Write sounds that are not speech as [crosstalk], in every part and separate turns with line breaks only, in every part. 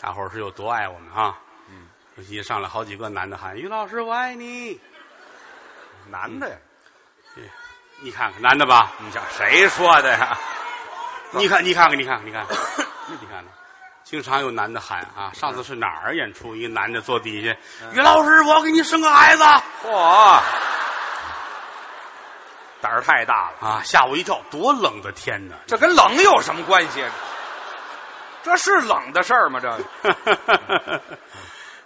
大伙儿是有多爱我们啊！嗯，尤其上来好几个男的喊：“于老师，我爱你
男的呀，！”
你看看男的吧，
你想谁说的呀？
你看，你看看，你看看，你看看，你看看，经常有男的喊啊！上次是哪儿演出？一个男的坐底下，
嗯
于老师，我要给你生个孩子
嚯，胆儿太大了，
啊！吓我一跳，多冷的天
[laughs]
呐！
这跟冷有什么关系？啊这是冷的事儿吗？这个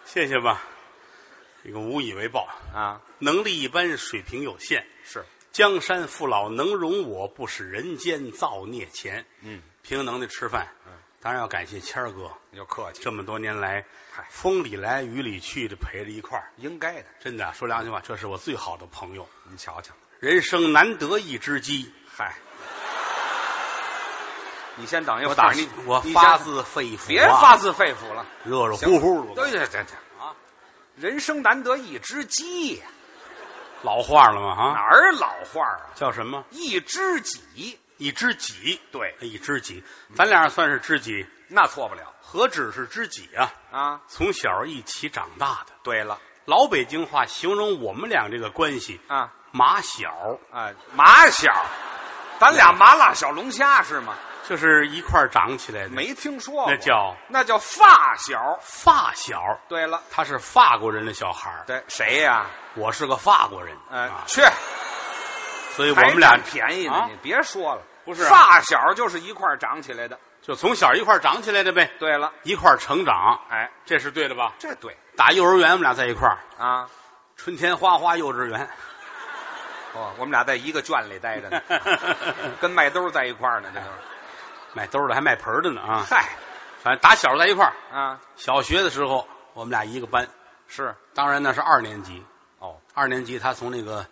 谢谢吧，这个无以为报，
[laughs] 啊，
能力一般，水平有限。
是
江山父老能容我，不使人间造孽钱。嗯，凭能力吃饭。嗯，当然要感谢谦儿哥，
你就客气，
这么多年来
嗨，
风里来雨里去的陪着一块儿。
应该的。
真的啊说良心
嗯
话，这是我最好的朋友，
你瞧瞧，
人生难得一知己。
嗨，你先等一会
我
儿，
打
你
我
你
发
先
自肺腑、啊，
别发自肺腑了，
热热
行
乎乎的，
对对对对啊，人生难得一知己呀，
老话了嘛啊，
哪儿老话啊？
叫什么？
一知己，
一知己，哎
对，嗯
一知己，咱俩算是知己，
那错不了
何止是知己啊？
啊。
从小一起长大的，
对了
老北京话形容我们俩这个关系，
啊，
马小
啊，麻小，咱俩麻辣小龙虾是吗？
就是一块儿长起来的，
没听说过，
那叫
那叫发小。
发小，
对了，
他是法国人的小孩儿
对谁呀、
我是个法国人，
呃，
啊，
去，
所以我
还
们俩
占便宜呢，
啊
你别说了，
不是啊
发小就是一块儿长起来的。
就从小一块儿长起来的呗，
对了，
一块儿成长，
哎，
这是对的吧？
这对
打幼儿园我们俩在一块儿，
啊，
春天花花幼稚园， [laughs]
哦，我们俩在一个圈里待着呢，跟麦兜在一块儿呢，这都是。
卖兜儿的还卖盆儿的呢啊！
嗨，
反正打小在一块儿，
啊，
小学的时候我们俩一个班，
是
当然那是二年级，
哦，
二年级他从那个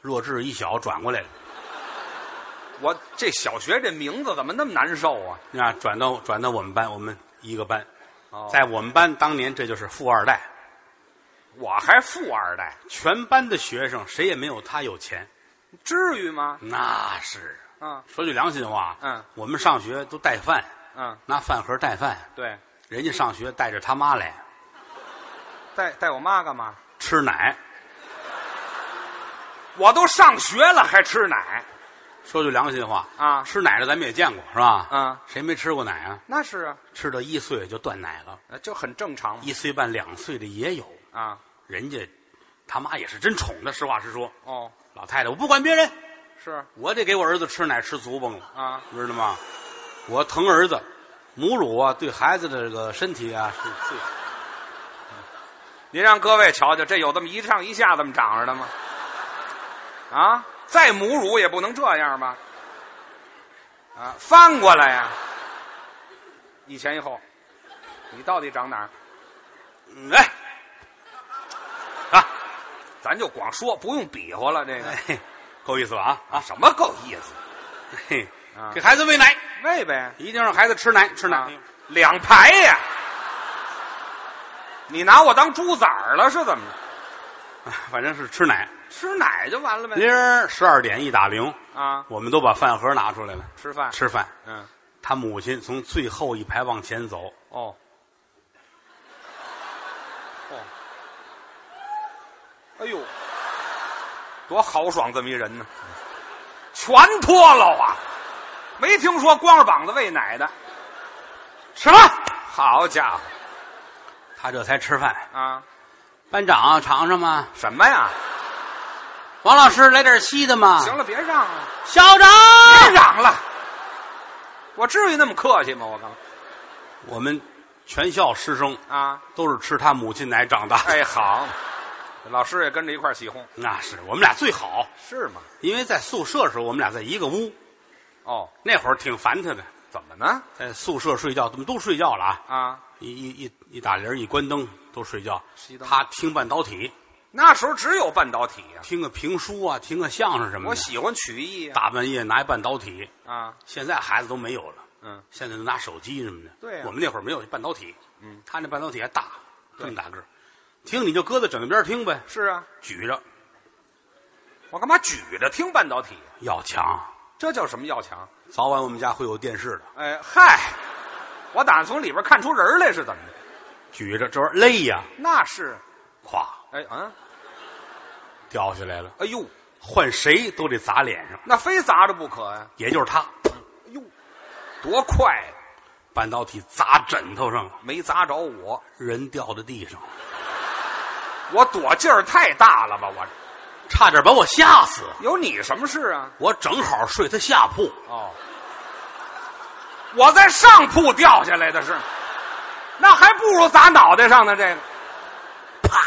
弱智一小转过来了，
我这小学这名字怎么那么难受啊？
啊，转到转到我们班，我们一个班，
哦
在我们班当年这就是富二代，
我还富二代，
全班的学生谁也没有他有钱，
至于吗？
那是
啊，
说句良心话，
嗯，
我们上学都带饭，
嗯，
拿饭盒带饭，
对，
人家上学带着他妈来
带带我妈干嘛？
吃奶。
我都上学了还吃奶，
说句良心话
啊
吃奶的咱们也见过是吧？
嗯
谁没吃过奶啊？
那是啊，
吃到一岁就断奶了，
呃这很正常嘛
一岁半、两岁的也有。
啊。
人家他妈也是真宠的，实话实说。
哦，
老太太，我不管别人，
是
我得给我儿子吃奶吃足崩了，
啊，
知道吗？我疼儿子，母乳啊，对孩子的这个身体啊是最
您让各位瞧瞧，这有这么一上一下这么长着的吗？啊，再母乳也不能这样吧？啊，翻过来呀、一前一后，你到底长哪儿？
嗯哎
咱就光说，不用比划了。这个、
哎，够意思吧啊啊！
什么够意思？
嘿
啊
给孩子喂奶，
喂呗，
一定让孩子吃奶吃奶。
啊两排呀、你拿我当猪崽儿了是怎么着？
啊反正是吃奶。
吃奶就完了呗。
铃儿十二点一打铃，
啊，
我们都把饭盒拿出来了，
吃饭。
吃饭。
嗯，
他母亲从最后一排往前走，
哦，哦，哎呦，多豪爽这么一人呢，全脱了啊！没听说光着膀子喂奶的，
吃饭，
好家伙
他这才吃饭。
啊！
班长尝尝吗？
什么呀？
王老师来点稀的吗？
行了，别让了，
校长，
别嚷了，我至于那么客气吗？我刚
我们全校师生
啊，
都是吃他母亲奶长大， [laughs]
哎，好，老师也跟着一块儿起哄，
那是我们俩最好，
是吗？
因为在宿舍时候我们俩在一个屋，
哦，
那会儿挺烦他的，
怎么呢？
在宿舍睡觉，怎么都睡觉了啊？
啊，
一一一一打铃，一关灯都睡觉
熄。灯
他听半导体，
那时候只有半导体呀、
听个评书啊，听个相声什么
我
的，
喜欢曲艺呀、
大半夜拿一半导体。
啊，
现在孩子都没有了，
嗯，
现在都拿手机什么的。
对呀啊
我们那会儿没有半导体，
嗯，
他那半导体还大，这么大个儿，听你就搁在枕头边儿听呗，
是啊，
举着
我干嘛举着听半导体？
要强。
这叫什么要强？
早晚我们家会有电视的。
哎嗨，我打算从里边看出人来是怎么的？
举着，这玩意儿累呀，
那是，
咵
哎嗯，
掉下来了，
哎呦，
换谁都得砸脸上，
那非砸着不可呀、
也就是他，
哎呦，多快呀、
半导体砸枕头上了，
没砸着我，
人掉在地上，
我躲劲儿太大了吧？我
差点把我吓死。
有你什么事啊？
我正好睡他下铺，
哦，我在上铺掉下来的是，那还不如砸脑袋上呢。这个，啪！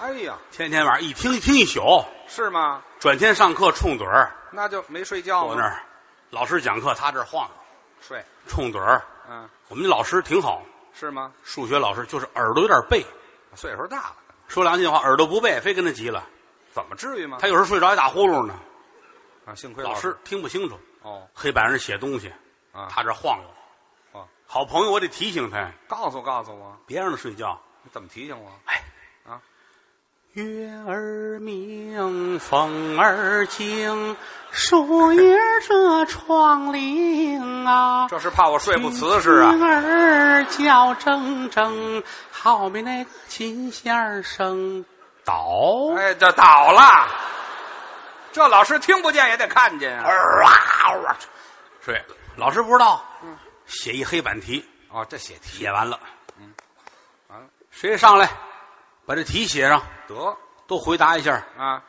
哎呀，
天天晚上一听一听一宿，
是吗？
转天上课冲盹儿，
那就没睡觉
我那
吗？
儿老师讲课，他这儿晃悠
睡，
冲盹儿。
嗯，
我们那老师挺好，
是吗？
数学老师就是耳朵有点背，
岁数大了，
说良心话，耳朵不背，非跟他急了。
怎么至于吗？
他有时候睡着还打呼噜呢，
啊，幸亏
老
师
师听不清楚，
哦
黑板上写东西，
啊，
他这晃悠。
啊
好朋友，我得提醒他，
告诉告诉我，
别让他睡觉。哎
你怎么提醒我？啊
月儿明，风儿静，树叶遮窗棂啊。
这是怕我睡不瓷实啊
听？儿叫铮铮，好比那个琴弦儿声倒。
哎，这倒了，这老师听不见也得看见啊。
儿啊嗷啊！睡，老师不知道，
嗯
写一黑板题，
哦，这写题
写完了，嗯
完了
谁上来把这题写上，
得
都回答一下，
啊，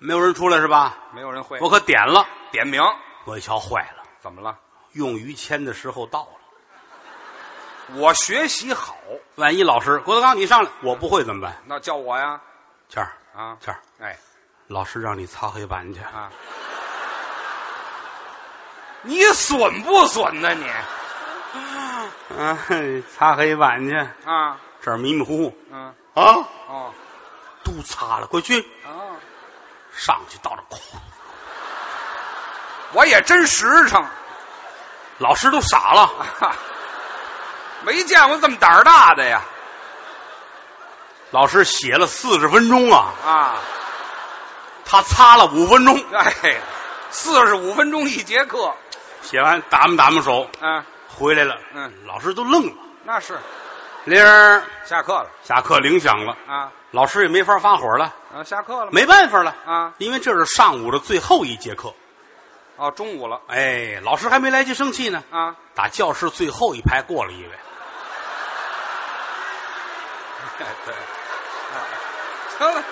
没有人出来是吧？
没有人会。
我可点了，
点名
我一瞧坏了，
怎么了？
用于谦的时候到了。
我学习好，
万一老师郭德纲你上来，我不会怎么办？
那叫我呀
谦儿，
啊！
谦儿，
哎
老师让你擦黑板去，
啊，你损不损呢、你
啊，嘿擦黑板去，
啊
这儿迷迷糊糊
嗯
啊，
哦
都擦了，快去
哦，
上去到这儿，哐，
我也真实诚，
老师都傻了，
哈 [laughs] 没见过这么胆儿大的呀
老师写了四十分钟啊。
啊！
他擦了五分钟，
哎，四十五分钟一节课
写完打们打们手
啊，
回来了，
嗯，
老师都愣了。
那是
铃儿，
下课了
下课铃响了，
啊
老师也没法发火了，
啊，下课了吗
没办法了，
啊？
因为这是上午的最后一节课。
哦，中午了
哎，老师还没来及生气呢，
啊， [laughs]
打教室最后一排过了一位，
对，啊行了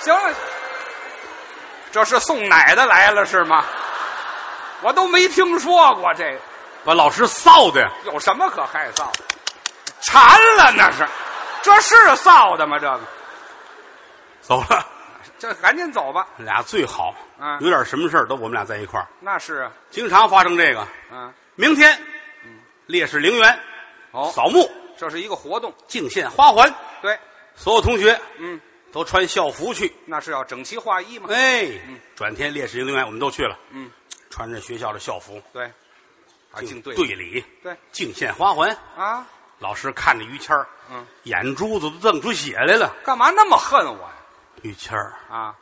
行了，行了，这是送奶的来了是吗？我都没听说过这个，
把老师臊的呀，
有什么可害臊的？馋了那是，这是臊的吗？这个，
走了。
这赶紧走吧。
俩最好，
嗯
有点什么事儿都我们俩在一块儿，
那是啊，
经常发生这个。
嗯，
明天，烈士陵园
哦，
扫墓，
这是一个活动，
敬献花环，
对，
所有同学
嗯，
都穿校服去。
那是要整齐划一嘛，
哎，转天烈士陵园我们都去了，
嗯，
穿着学校的校服，
对，啊，敬队，
队礼，
对
敬献花环。
啊，
老师看着于谦儿，
嗯，
眼珠子都瞪出血来了。
干嘛那么恨我呀？
于谦儿，
啊，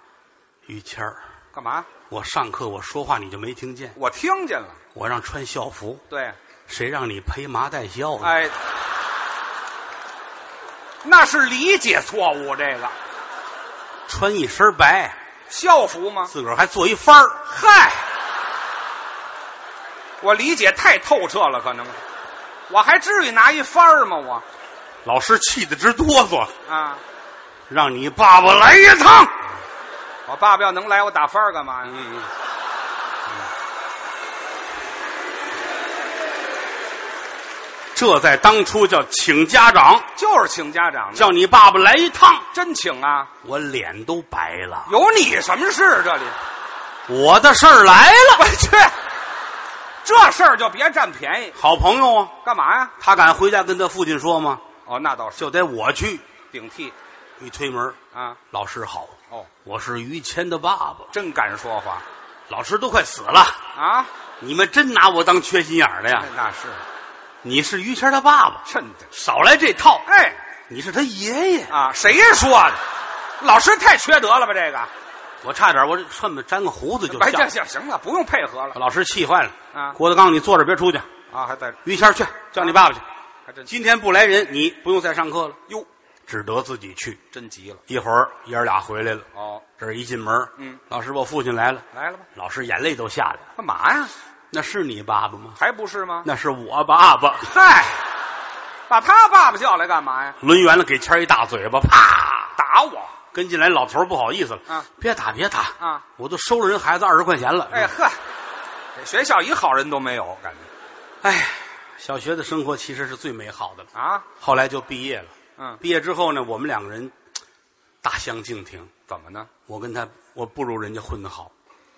于谦儿，
干嘛？
我上课我说话你就没听见，
我听见了，
我让穿校服，
对。
谁让你披麻戴孝的？
哎，那是理解错误。这个
穿一身白，
校服吗？
自个儿还做一幡儿，
嗨，我理解太透彻了，可能我还至于拿一幡儿吗？我
老师气得直哆嗦，
啊，
让你爸爸来一趟。
我爸爸要能来，我打幡儿干嘛呀？
嗯，这在当初叫请家长，
就是请家长的，
叫你爸爸来一趟，
真请啊！
我脸都白了。
有你什么事？这里 [laughs]
我的事儿来了，
我去，这事儿就别占便宜，
好朋友啊，
干嘛呀？
他敢回家跟他父亲说吗？
哦，那倒是
就得我去。
顶替
一推门，
啊！
老师好，
哦，
我是于谦的爸爸。
真敢说话
老师都快死了，
啊！
你们真拿我当缺心眼儿的呀？
那是
你是于谦他爸爸，
真的。
少来这套。
哎
你是他爷爷，
啊，谁说的？老师太缺德了吧？这个，
我差点我这恨不得粘个胡子就
哎，
下
这。行行了，不用配合了
把老师气坏了。
啊
郭德纲，你坐着别出去，
啊！还在
于谦儿去叫你爸爸去。
还真
今天不来人，你不用再上课了，
哟，
只得自己去。
真急了
一会儿爷儿俩回来了，
哦，
这儿一进门，
嗯，
老师，我父亲来了，
来了吧？
老师眼泪都下来了。
干嘛呀？
那是你爸爸吗？
还不是吗？
那是我爸爸。
嗨，把他爸爸叫来干嘛呀？
抡圆了，给谦儿一大嘴巴，啪！
打我！
跟进来老头儿不好意思了，
啊，
别打别打
啊！
我都收了人孩子二十块钱了。
哎呵，这学校一好人都没有，感觉
哎，小学的生活其实是最美好的了。
啊，
后来就毕业了，
嗯，
毕业之后呢，我们两个人大相径庭。
怎么呢？
我跟他，我不如人家混得好，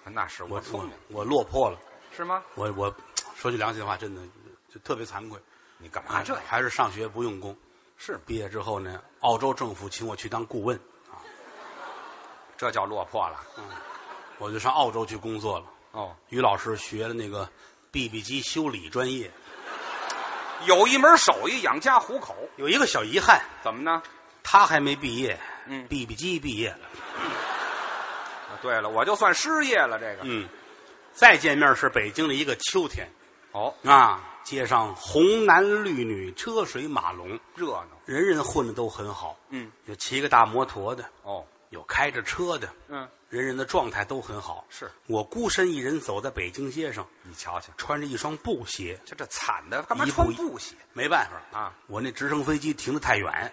那是我
我
聪
我
明，
我落魄了，
是吗？
我我说句良心话，真的就特别惭愧。
你干啊嘛这样？
还是上学不用功。
是吗
毕业之后呢，澳洲政府请我去当顾问，
这叫落魄了
我就上澳洲去工作了。
哦。
于老师学了那个 BB 机修理专业，
有一门手艺养家糊口，
有一个小遗憾，
怎么呢？
他还没毕业，
嗯
，BB 机毕业了，
啊对了，我就算失业了，这个、
嗯。再见面是北京的一个秋天
哦，
啊，街上红男绿女，车水马龙，
热闹
人人混的都很好。
嗯，
有骑个大摩托的，
哦，
有开着车的，
嗯，
人人的状态都很好。
是
我孤身一人走在北京街上，
你瞧瞧，
穿着一双布鞋，
这这惨的，干嘛
一步
穿
一
布鞋？
没办法
啊，
我那直升飞机停得太远，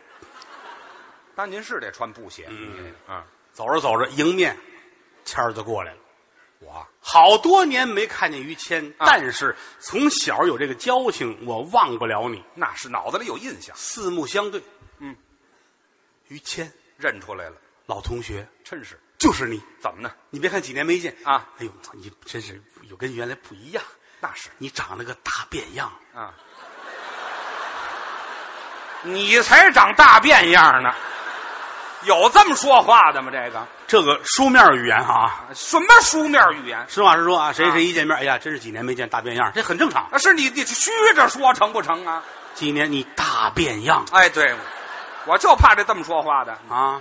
当您是得穿布鞋，嗯啊，
走着走着，迎面谦儿就过来了。
我
好多年没看见于谦，
啊
但是从小有这个交情，我忘不了你。
那是脑子里有印象，
四目相对，
嗯，
于谦
认出来了，
老同学
真是
就是你。
怎么呢？
你别看几年没见
啊，
哎呦，你真是有跟原来不一样，
那是
你长了个大变样。
啊，你才长大变样呢，有这么说话的吗？这个
这个书面语言啊，
什么书面语言？
实话实说啊，谁
啊
谁一见面，哎呀，真是几年没见大变样，这很正常。
啊，是你你虚着说成不成啊？
今年你大变样
哎，对，我就怕这这么说话的
啊，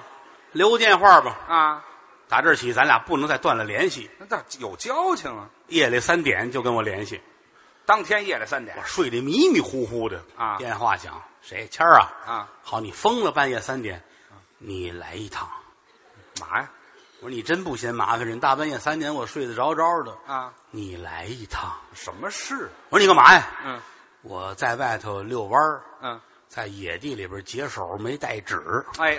留个电话吧。
啊，
打这儿起，咱俩不能再断了联系。
那倒有交情啊。
夜里三点就跟我联系，
当天夜里三点
我睡得迷迷糊糊的
啊
电话响，谁？谦儿啊？
啊，
好，你疯了，半夜三点，你来一趟。
嘛呀？
我说你真不嫌麻烦人，大半夜三点我睡得着着的，
啊，
你来一趟。
什么事？
我说你干嘛呀？
嗯
我在外头遛弯儿，
嗯，
在野地里边解手没带纸，
哎，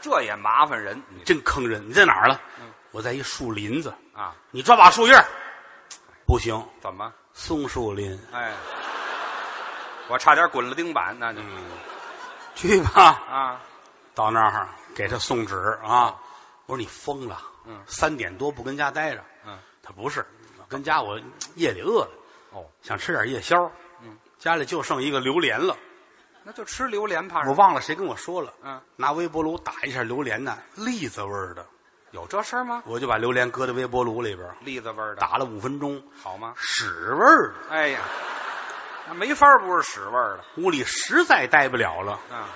这也麻烦人，你
真坑人。你在哪儿了？我在一树林子，
啊？
你抓把树叶儿，不行，
怎么？
松树林，
哎，我差点滚了钉板，那就
去吧。
啊，
到那儿给他送纸啊！我说你疯了，嗯，三点多不跟家待着，
嗯，
他不是跟家我嗯夜里饿了，
哦，
想吃点夜宵，嗯，家里就剩一个榴莲了，
那就吃榴莲怕什
我
么？
忘了谁跟我说了，
嗯，
拿微波炉打一下榴莲呢，栗子味儿的，
有这事儿吗？
我就把榴莲搁在微波炉里边
栗子味儿的，
打了五分钟，
好吗？
屎味儿的，
哎呀，那没法儿不是屎味儿的
屋里实在待不了了，
啊！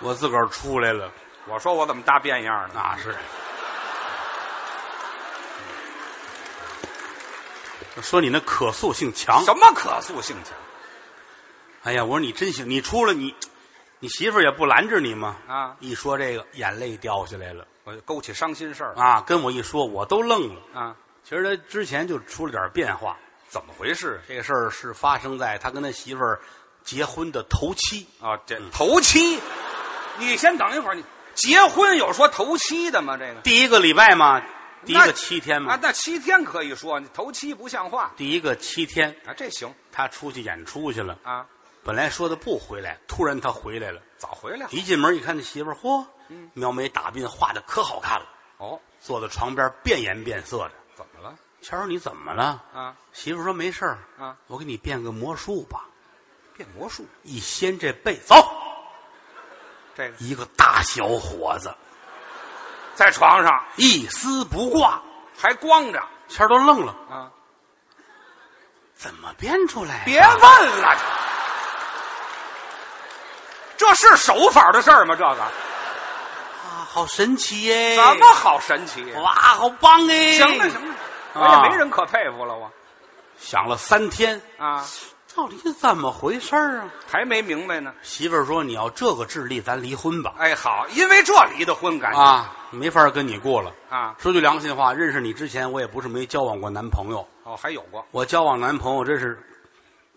我自个儿出来了，
我说我怎么大变样呢？
那是。说你那可塑性强，
什么可塑性强
哎呀，我说你真行，你出了你，你媳妇儿也不拦着你吗？
啊
一说这个，眼泪掉下来了
我就勾起伤心事儿了
啊！跟我一说，我都愣了。
啊！
其实他之前就出了点变化，
怎么回事
这个事儿是发生在他跟他媳妇儿结婚的头七。
啊？这头七，你先等一会儿，你结婚有说头七的吗？这个
第一个礼拜嘛，第一
那
个七天
啊
嘛，，
那七天可以说，你头七不像话
第一个七天
啊！这行
他出去演出去了，
啊，
本来说的不回来，突然他回来了。
早回来好
一进门一看，这媳妇儿，嚯，
嗯
描眉打鬓，画的可好看了，
哦，
坐在床边变颜变色的。
怎么了
谦儿，你怎么了？
啊？
媳妇说没事儿
啊，
我给你变个魔术吧。
变魔术
一掀这被，走，
这个
一个大小伙子，
在床上
一丝不挂，
还光着
谦儿都愣了，
啊！
怎么变出来、
别问了，这是手法的事儿吗？这个
啊，好神奇耶！
怎么好神奇？
哇，好棒哎！
行了行了，我
啊
也没人可佩服了我
想了三天，
啊！
到底怎么回事儿啊？
还没明白呢。
媳妇儿说：“你要这个智力，咱离婚吧。
哎，好，因为这离的婚，”感觉
啊，没法跟你过了。
啊，
说句良心话，认识你之前，我也不是没交往过男朋友。
哦，还有过，
我交往男朋友真是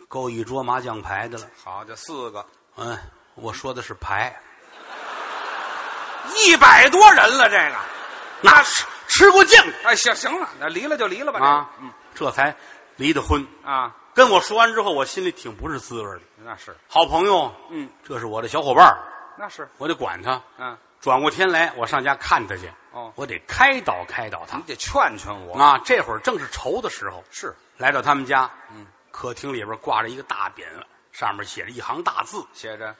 够一桌麻将牌的了。
好，这四个，
嗯，我说的是牌，
一百多人了，这个。
那吃吃过酱
哎，行行了，那离了就离了吧。
啊
这个嗯，
这才离的婚。
啊，
跟我说完之后，我心里挺不是滋味的。
那是，
好朋友，
嗯，
这是我的小伙伴儿
那是，
我得管他。
嗯，
转过天来，我上家看他去，
哦，
我得开导开导他
你。得劝劝我。
啊，这会儿正是愁的时候，
是，
来到他们家，
嗯，
客厅里边挂着一个大匾，上面写着一行大字
写着，：“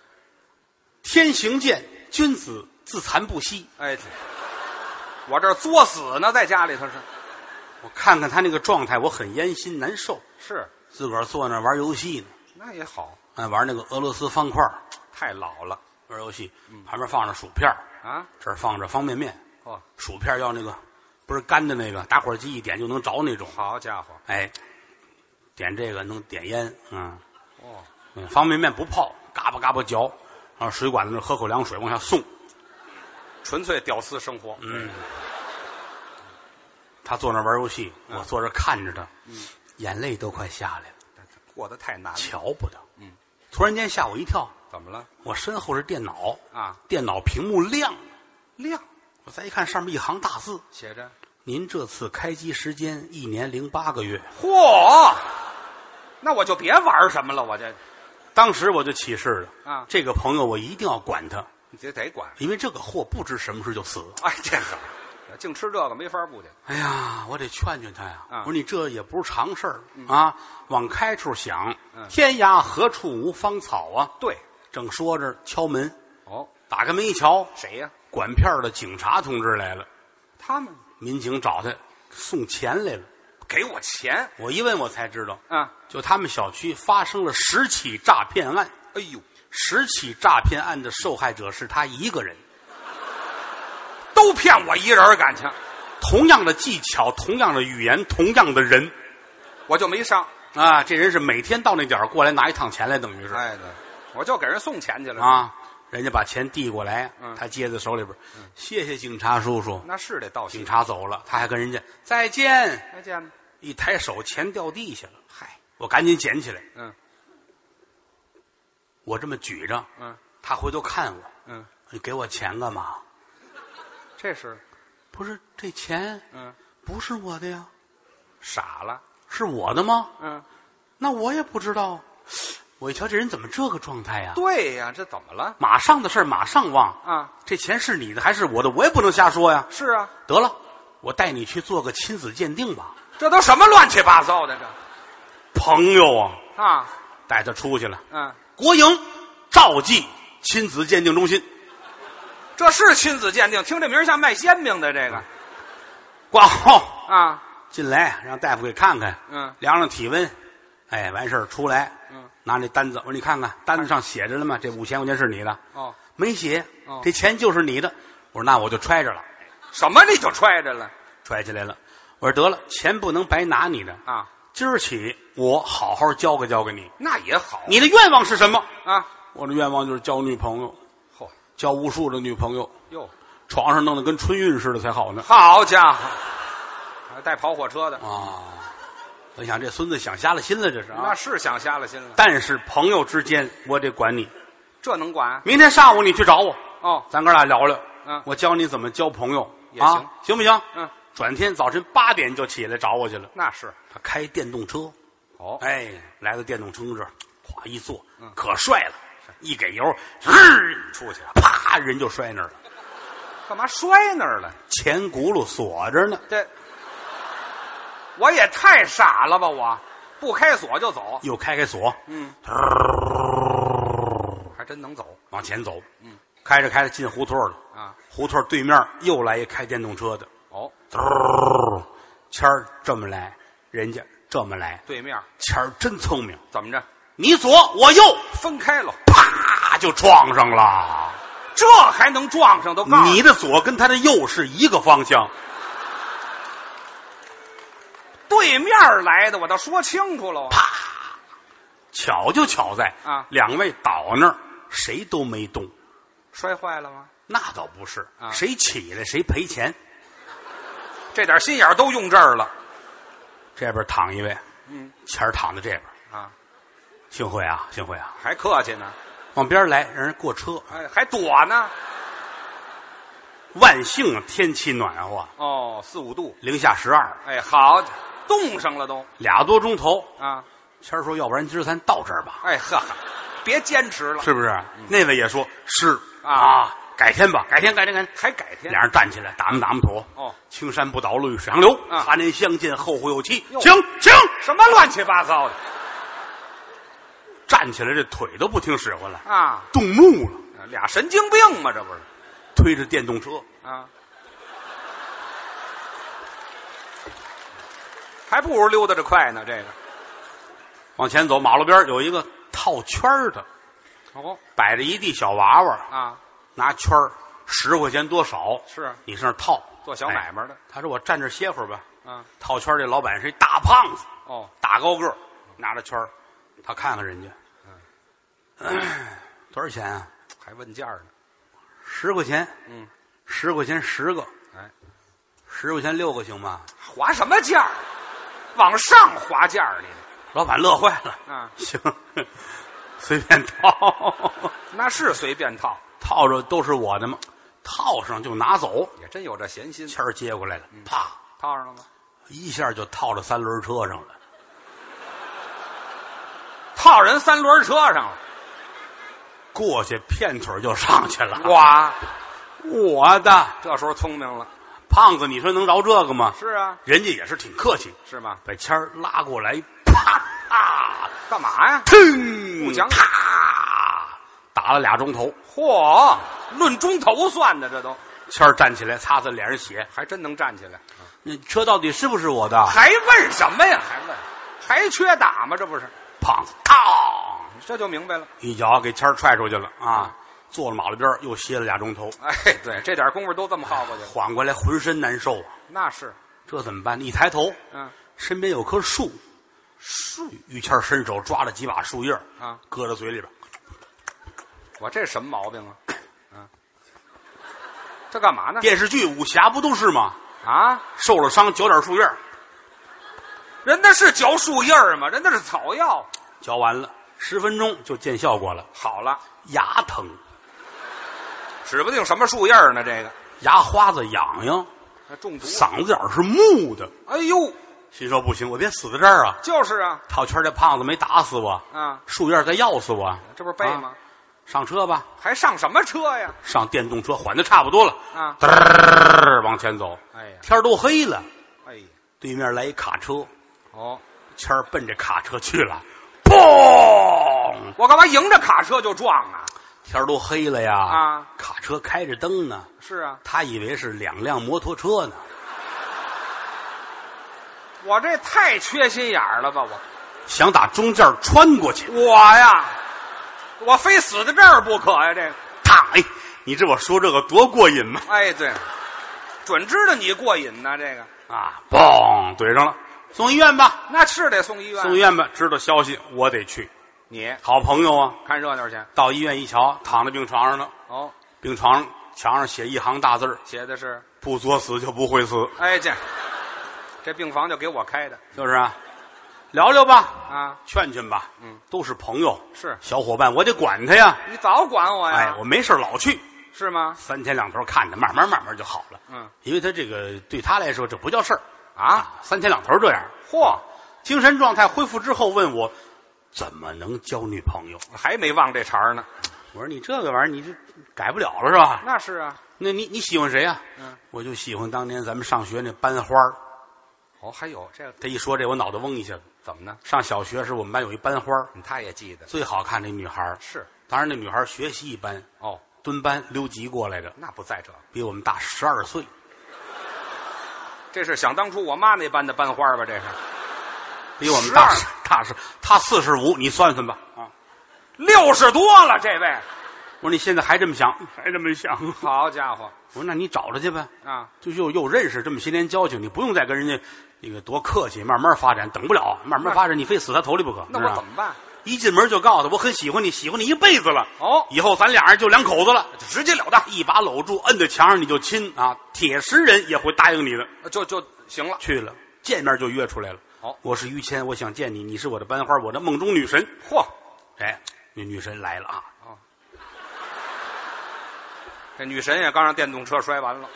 天行健，君子自残不息。
哎，我这儿作死呢，在家里头是”
我看看他那个状态，我很烟心难受，
是，
自个儿坐那儿玩游戏呢，
那也好，
哎，玩那个俄罗斯方块儿
太老了
玩游戏，旁边放着薯片儿
啊。
这儿放着方便面，
哦，
薯片儿要那个不是干的那个，打火机一点就能着那种。
好家伙，
哎，点这个能点烟，嗯，
哦，
嗯方便面不泡，嘎巴嘎巴嚼，然后水管子那儿喝口凉水往下送。
纯粹屌丝生活。嗯，
他坐那儿玩游戏，我坐这儿看着他，眼泪都快下来了，
过得太难了。
瞧不得。嗯，突然间吓我一跳，
怎么了？
我身后是电脑
啊，
电脑屏幕亮，
亮
我再一看上面一行大字：
写着，
您这次开机时间一年零八个月。
嚯，那我就别玩什么了，我这
当时我就起誓了，
啊
这个朋友我一定要管他，
你这得管。
因为这个货不知什么时候就死。
哎，这个，净吃这个没法不去。
哎呀，我得劝劝他呀！
啊
我说你这也不是常事儿、啊，往开处想，
嗯
天涯何处无芳草啊！
对，
正说着，敲门，
哦，
打开门一瞧，
谁呀？
管片儿的警察同志来了，
他们
民警找他送钱来了。
给我钱
我一问，我才知道，
啊！
就他们小区发生了十起诈骗案，
哎呦，
十起诈骗案的受害者是他一个人。
都骗我一人儿感情，
同样的技巧，同样的语言，同样的人
我就没上。
啊，这人是每天到那点儿过来拿一趟钱来，等于是。
哎，对，我就给人送钱去了。
啊，人家把钱递过来，
嗯
他接在手里边，谢谢警察叔叔。
那是得道谢
警。察走了，他还跟人家再见，
再见吧。
一抬手钱掉地下了，
嗨，
我赶紧捡起来，
嗯
我这么举着，
嗯
他回头看我，
嗯，
你给我钱干嘛？
这是
不是这钱
嗯
不是我的呀，
傻了。
是我的吗？
嗯，
那我也不知道。我一瞧这人怎么这个状态呀、
对呀，这怎么了
马上的事儿马上忘，
啊？
这钱是你的还是我的？我也不能瞎说呀。
是啊，
得了，我带你去做个亲子鉴定吧。
这都什么乱七八糟的这
朋友啊，
啊？
带他出去了。
嗯，
国营赵记亲子鉴定中心
这是亲子鉴定，听这名儿像卖煎饼的这个
挂号
啊。
进来，让大夫给看看，
嗯
量量体温，哎，完事儿出来，
嗯，
拿那单子，我说你看看，单子上写着了吗？这五千块钱是你的，
哦，
没写
哦，
这钱就是你的。我说那我就揣着了，
什么你就揣着了
揣起来了。我说得了，钱不能白拿你的，
啊？
今儿起我好好教给教给你。
那也好
你的愿望是什么？
啊。
我的愿望就是交女朋友，
嚯
交无数的女朋友，
哟，
床上弄得跟春运似的才好呢。
好家伙，还带跑火车的，
啊，我想这孙子想瞎了心了，这是
那
啊。
是想瞎了心了。
但是朋友之间，我得管你。
这能管？
明天上午你去找我，
哦，
咱哥俩聊聊。
嗯
我教你怎么交朋友
也行
啊，行不行？
嗯，
转天早晨八点就起来找我去了。
那是。
他开电动车，
哦，
哎，来到电动车这儿，咵一坐
嗯，
可帅了。一给油，日
出去
啪，人就摔那儿了，
干嘛摔那儿了？
前轱辘锁着呢。
这我也太傻了吧！我不开锁就走，
又开开锁，
嗯，还真能走
往前走。嗯，开着开着进胡同了。
啊！
胡同对面又来一开电动车的，
哦，
嗖，谦儿这么来，人家这么来，
对面
谦儿真聪明，
怎么着？
你左我右，
分开了，
啪就撞上了。
这还能撞上？都告诉
你的左跟他的右是一个方向，
对面来的，我倒说清楚了。
啪，巧就巧在
啊
两位倒那儿谁都没动，
摔坏了吗？
那倒不是，
啊
谁起来谁赔钱。
这点心眼儿都用这儿了
这边躺一位，
嗯，
前儿躺在这边，
啊，
幸会啊，幸会啊，
还客气呢，
往边儿来，让人过车。
哎，还躲呢。
万幸啊天气暖和，
哦，四五度，
零下十二，
哎，好，冻上了都
俩多钟头。
啊，
谦儿说：“要不然今儿咱到这儿吧，
哎呵，别坚持了，
是不是？”那位也说：“是
啊
啊，改天吧，改天，改天，改天。
还改”天
俩人站起来，打磨打磨土。
哦，
青山不倒，绿水长流。
啊
他年相见，后会有期。
哟
请请，
什么乱七八糟的
站起来，这腿都不听使唤了，
啊？
动怒了，
俩神经病嘛，这不是
推着电动车
啊？还不如溜达着快呢，这个
往前走。马路边儿有一个套圈儿的，
哦
摆着一地小娃娃，
啊，
拿圈儿十块钱多少？
是啊
你上那儿套
做小买卖的
哎他说我站这儿歇会儿吧。
啊，
套圈儿这老板是一大胖子，
哦，
大高个儿，拿着圈儿他看看人家，
嗯
[clears throat] 多少钱啊？
还问价呢，
十块钱，
嗯，
十块钱十个，
哎，
十块钱六个行吗？
划什么价儿？往上划价儿，你这
老板乐坏了， [laughs]
啊，
行，随便套，
那是随便套，
套着都是我的嘛，套上就拿走。
也真有这闲心，
谦儿接过来了，
嗯
啪，
套上了吗？
一下就套到三轮车上了。
套人三轮车上了，
过去片腿就上去了。
哇，
我的
这时候聪明了，
胖子，你说能饶这个吗？
是啊，
人家也是挺客气，
是吗？
把谦儿拉过来，啪啊，
干嘛呀？
腾，
不讲理
啪，打了俩钟头。
嚯，论钟头算的，这都
谦儿站起来擦擦脸上血，
还真能站起来，
那车到底是不是我的？
还问什么呀？嗯还问，还缺打吗？这不是，
胖子，当
这就明白了。
一脚给谦儿踹出去了啊！坐了马路边儿又歇了俩钟头，
哎，对，这点功夫都这么耗过去了，
缓过来浑身难受啊！
那是，
这怎么办？一抬头，
嗯，
身边有棵树，树。于谦儿伸手抓了几把树叶儿
啊，
搁到嘴里边儿，
我这什么毛病 [coughs] 啊？啊，这干嘛呢？
电视剧武侠不都是吗？
啊，
受了伤嚼点树叶儿，
人那是嚼树叶儿吗？人那是草药。
嚼完了十分钟就见效果了，
好了，
牙疼，
指不定什么树叶儿呢。这个
牙花子痒痒，
那中毒了。
嗓子眼儿是木的。
哎呦，
心说不行，我别死在这儿啊！
就是啊，
套圈儿这胖子没打死我，
啊，
树叶儿再要死我。
这不是背吗？
啊上车吧，
还上什么车呀？
上电动车，缓的差不多了，
啊，
嘚儿往前走。
哎呀，
天儿都黑了，
哎呀，
对面来一卡车，
哦，
谦儿奔着卡车去了，嘣！
我干嘛迎着卡车就撞啊？
天儿都黑了呀，
啊，
卡车开着灯呢，
是啊，
他以为是两辆摩托车呢。
我这太缺心眼儿了吧？我
想打中间穿过去，
我呀，我非死在这儿不可呀！这个，
烫！哎，你知道我说这个多过瘾吗？
哎，对，准知道你过瘾呢。这个，
啊，嘣，怼上了，送医院吧，
那是得送医院。
送医院吧。知道消息，我得去。
你
好朋友啊，
看热闹去。
到医院一瞧，躺在病床上呢，
哦，
病床上墙上写一行大字儿
写的是，
不作死就不会死，
哎，这这病房就给我开的
就是啊，聊聊吧，
啊。
劝劝吧，
嗯，
都是朋友，
是
小伙伴，我得管他呀。
你早管我呀？
哎，我没事儿老去，
是吗？
三天两头看他，慢慢慢慢就好了。
嗯，
因为他这个对他来说这不叫事儿
啊，，
三天两头这样。啊
嚯，
精神状态恢复之后问我，怎么能交女朋友？
还没忘这茬儿呢。
我说你这个玩意儿你这改不了了是吧？
那是啊，
那你你喜欢谁呀、啊
嗯，
我就喜欢当年咱们上学那班花儿
哦，还有这个
他一说这，我脑袋嗡一下子。
怎么呢？嗯
上小学时，我们班有一班花儿
他也记得
最好看的女孩儿
是
当然那女孩儿学习一般，
哦，
蹲班留级过来的，
那不在这。
比我们大十二岁。
这是想当初我妈那班的班花吧？这是
比我们大
12
大十，他四十五，你算算吧。啊，
六十多了，这位，
我说你现在还这么想，还这么想？我
好家伙
说那你找他去呗，
啊！
就又又认识这么些年交情，你不用再跟人家那个多客气，慢慢发展，等不了，慢慢发展，你非死他头里不可。
那
是吧啊
我怎么办？
一进门就告诉他我很喜欢你，喜欢你一辈子了。
哦，
以后咱俩人就两口子了，
直截了当，
一把搂住，摁在墙上你就亲啊，铁石人也会答应你的。
就就行了。
去了，见面就约出来了。
好
我是于谦，我想见你，你是我的班花，我的梦中女神。
嚯，
哎，那女神来了啊，
这女神也刚让电动车摔完了，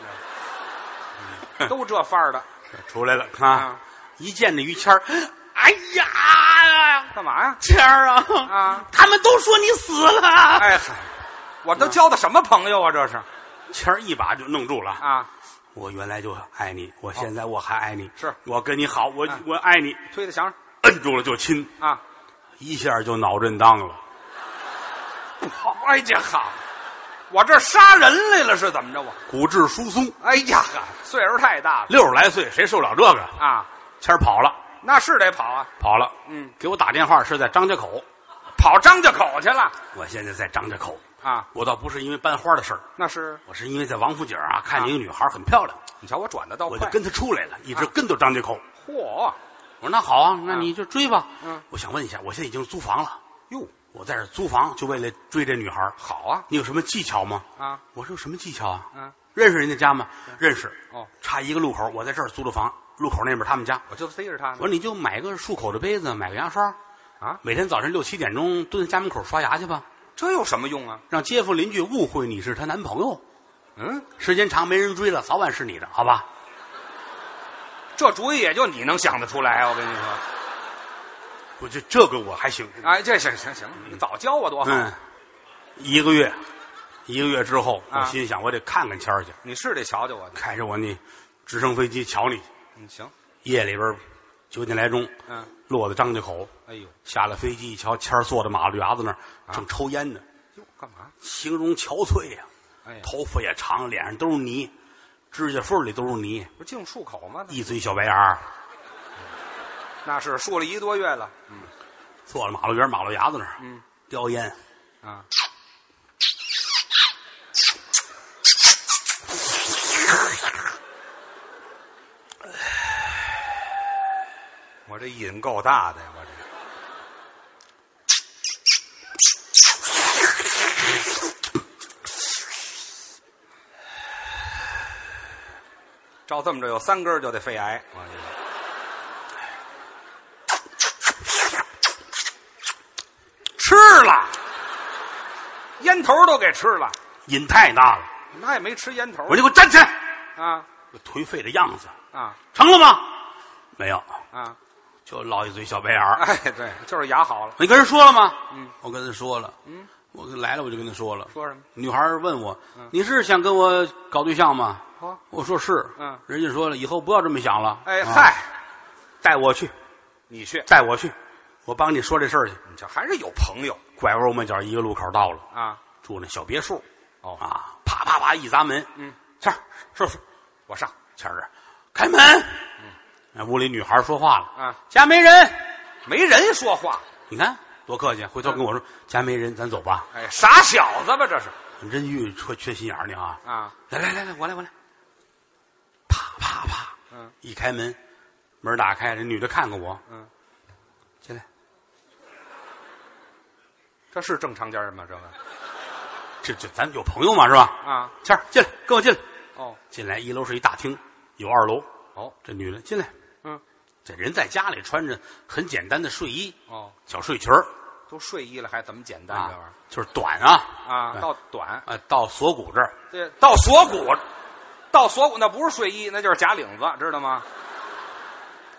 嗯都这范儿的
出来了
嗯
啊，一见那于谦儿，哎呀，
干嘛呀？
谦儿啊
啊，
[laughs] 他们都说你死了。
哎嗨，我都交的什么朋友啊？这是
谦儿一把就弄住了啊。
啊，哦
我原来就爱你，我现在我还爱你，
是
我跟你好，我
啊
我爱你，
推在墙上
摁住了就亲，
啊，
一下就脑震荡了。
哎呀哈，我这杀人来了是怎么着？我
骨质疏松，
哎呀哈，岁数太大了
六十来岁谁受了这个？
啊，
谦儿跑了，
那是得跑啊，
跑了。
嗯，
给我打电话是在张家口，
跑张家口去了
我现在在张家口，
啊，
我倒不是因为班花的事儿，
那是
我是因为在王府井啊看见一个女孩很漂亮，
你瞧我转的倒
我就，
快
跟她出来了，一直跟到张家口。
嚯
我说那好啊，那你就追吧。
嗯，
我想问一下，我现在已经租房了，
哟，
我在这儿租房就为了追这女孩儿，
好啊
你有什么技巧吗？
啊，
我说有什么技巧啊？
嗯，
认识人家家吗？认识。
哦，
差一个路口，我在这儿租的房，路口那边他们家。
我就逮着他
我说你就买个漱口的杯子，买个牙刷，
啊，
每天早晨六七点钟蹲在家门口刷牙去吧，
这有什么用啊？
让街坊邻居误会你是她男朋友。
嗯，
时间长没人追了，早晚是你的，好吧？
这主意也就你能想得出来，我跟你说。
我这这个我还行。
哎，这行行行，你早教我多好。
嗯，一个月，一个月之后，
啊
我心想我得看看谦儿去，
你是得瞧瞧我。
开着我那直升飞机瞧你。
嗯，行，
夜里边九点来钟，
嗯，
落在张家口，
哎呦，
下了飞机一瞧，谦儿坐在马路牙子那儿正抽烟呢，
哟，干嘛？
形容憔悴呀、
哎呀，
头发也长，脸上都是泥，指甲缝里都是泥，
不净漱口吗？
一嘴小白牙儿，
那是漱了一个多月了。
坐在马路边马路牙子那儿，
嗯，
叼烟，
啊，我这瘾够大的呀，我这照这么着，有三根儿就得肺癌。我这个
吃了，
烟头都给吃了，
瘾太大了，
那也没吃烟头
我就给我站起来，
啊
我颓废的样子，
啊
成了吗？没有，
啊！
就落一嘴小白牙儿。
哎，对，就是牙好了。
你跟人说了吗？
嗯，
我跟他说了。嗯，我来了我就跟他说了。
说什么？
女孩儿问我：“你是想跟我搞对象吗？”
嗯哦，
我说是。
嗯，
人家说了，以后不要这么想了。
哎
啊，
嗨，
带我去，
你去，
带我去，我帮你说这事儿去。
你这还是有朋友
拐弯抹角，一个路口到了，
啊？
住那小别墅。
哦
啊，啪啪啪一砸门，
嗯，
谦儿，是是，
我上
谦儿啊，开门。那屋里女孩说话了，
嗯啊，
家没人。
没人说话，
你看多客气，回头跟我说家没人，咱走吧。
哎，傻小子吧，这是
真遇缺缺心眼儿你啊！
啊？
来来来来，我来我来。啪啪啪，
嗯
一开门，门打开，这女的看看我，
嗯，
进来，
这是正常家人吗？这个
这这咱有朋友嘛是吧？
啊？
谦儿进来，跟我进来。
哦
进来，一楼是一大厅，有二楼。
哦
这女的进来，
嗯
这人在家里穿着很简单的睡衣、
哦，
小睡裙儿
都睡衣了，还怎么简单这玩意
啊
儿，
就是短啊
啊？
哎
到短，
啊，到锁骨这儿，
这到锁骨，到锁骨那不是睡衣，那就是假领子，知道吗？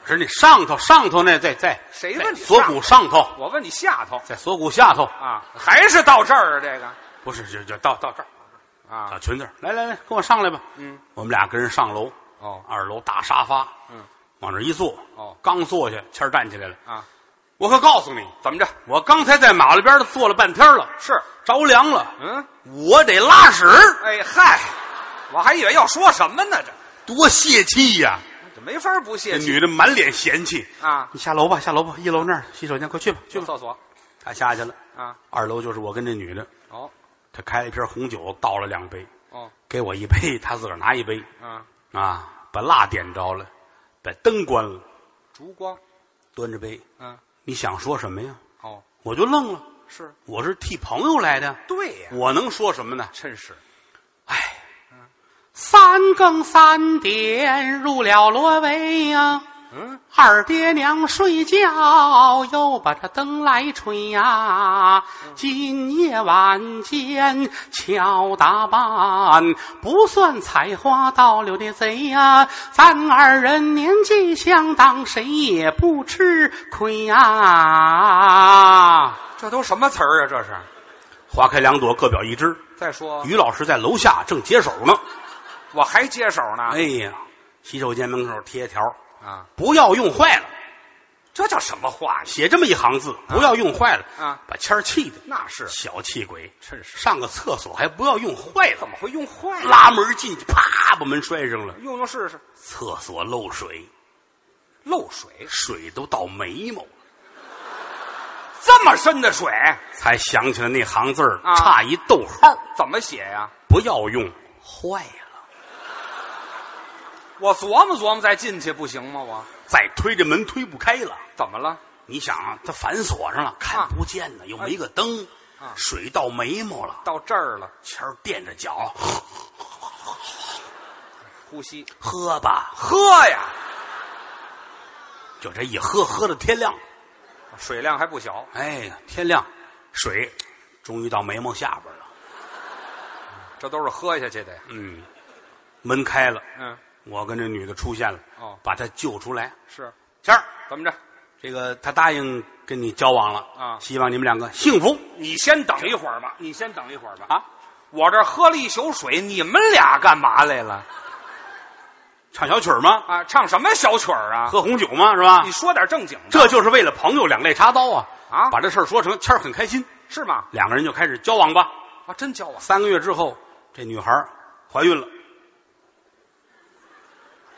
是你上头上头那在在
谁
在
问你
锁
上
骨上头，
我问你下头
在锁骨下头，
啊，还是到这儿啊？这个
不是就就到到这儿小
啊？
裙子儿，来来来，跟我上来吧。
嗯，
我们俩跟人上楼，
哦
二楼大沙发，
嗯，
往这儿一坐，
哦
刚坐下，谦儿站起来了。
啊，
我可告诉你，
怎么着？
我刚才在马路边儿坐了半天了，
是
着凉了，
嗯。
我得拉屎，
哎嗨，我还以为要说什么呢，这
多泄气呀！
这没法
这
不泄气
女的满脸嫌弃，
啊！
你下楼吧，下楼吧，一楼那儿洗手间，快去吧，去
去
吧。
厕所
她下去了，
啊！
二楼就是我跟这女的，
哦
她开了一瓶红酒，倒了两杯，
哦
给我一杯，她自个儿拿一杯
啊！
啊，把蜡点着了，把灯关了，
烛光
端着杯，
嗯
你想说什么呀？
哦
我就愣了，
是
我是替朋友来的，
对呀、
我能说什么呢？
真是
三更三点入了罗帷呀、
嗯，
二爹娘睡觉，又把这灯来吹呀、今夜晚间巧打扮，不算采花盗柳的贼呀、咱二人年纪相当，谁也不吃亏呀、
这都什么词儿啊？这是。
花开两朵，各表一枝。
再说，
于老师在楼下正解手呢。
我还接手呢。
哎呀，洗手间门口贴条，
啊，
不要用坏了，
这叫什么话呀？
写这么一行字，不要用坏了
啊
把谦儿气的
那是，
小气鬼，
真是
上个厕所还不要用坏了
怎，么会用坏了？
拉门进去，啪把门摔上了，
用用试试，
厕所漏水，
漏水
水都到眉毛了，
这么深的水
才想起来那行字儿
啊
差一逗号，
怎么写呀、
不要用坏了，
我琢磨琢磨再进去不行吗？我
再推这门推不开了。
怎么了？
你想啊，它反锁上了，看不见呢，又没个灯，
哎啊
水到眉毛了，
到这儿了，
前儿垫着脚，
呼吸，
喝吧，
喝呀，
就这一喝，喝到天亮。
水量还不小，
哎呀，天亮，水终于到眉毛下边了。
这都是喝下去的呀。
嗯，门开了，
嗯，
我跟这女的出现了，
哦
把她救出来。
是，
谦儿，
怎么着？
这个她答应跟你交往了
啊
希望你们两个幸福
你先等一会儿吧，你先等一会儿吧。
啊！
我这喝了一宿水，你们俩干嘛来了？
唱小曲儿吗？
啊，唱什么小曲儿啊？
喝红酒吗？是吧
你？说点正经的，
这就是为了朋友两肋插刀啊！
啊
把这事儿说成，谦儿很开心，
是吗？
两个人就开始交往吧。
啊，真教啊！
三个月之后，这女孩儿怀孕了，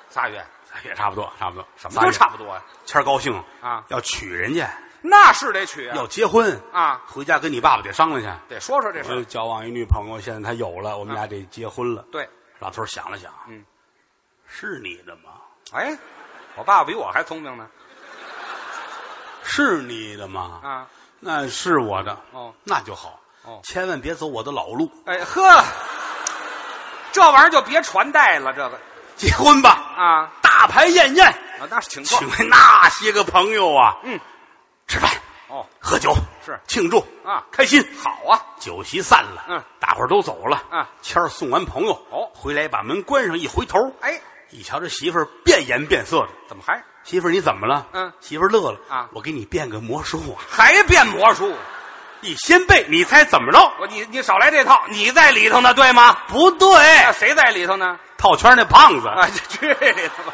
仨月，
哎也差不多，差不多，什
怎么就差
差？
不多呀、
谦儿高兴
啊
要娶人家，
那是得娶啊
要结婚，
啊！
回家跟你爸爸得商量去。
得说说这事
我
儿。
交往一女朋友，现在她有了，我们俩得结婚了。
对，
老头儿想了想，
嗯，
是你的吗？
哎，我爸爸比我还聪明呢
是你的吗？
啊！
那是我的，
哦
那就好，
哦
千万别走我的老路，
哎呵，这玩意儿就别传代了，这个
结婚吧，
啊
大排宴宴，
啊，那是请客
请来那些个朋友啊，
嗯，
吃饭
哦
喝酒
是
庆祝，
啊，
开心。
好啊，
酒席散了，
嗯，
大伙儿都走了，
嗯，
谦儿送完朋友，
哦
回来把门关上，一回头，
哎，
一瞧这媳妇儿变颜变色的，
怎么还
媳妇儿你怎么了？
嗯
媳妇儿乐了
啊
我给你变个魔术啊，
还变魔术？
一掀被，你猜怎么着？
我你你少来这套，你在里头呢，对吗？哎嗯
不对，
那谁在里头呢？
套圈那胖子，
啊，去你的吧！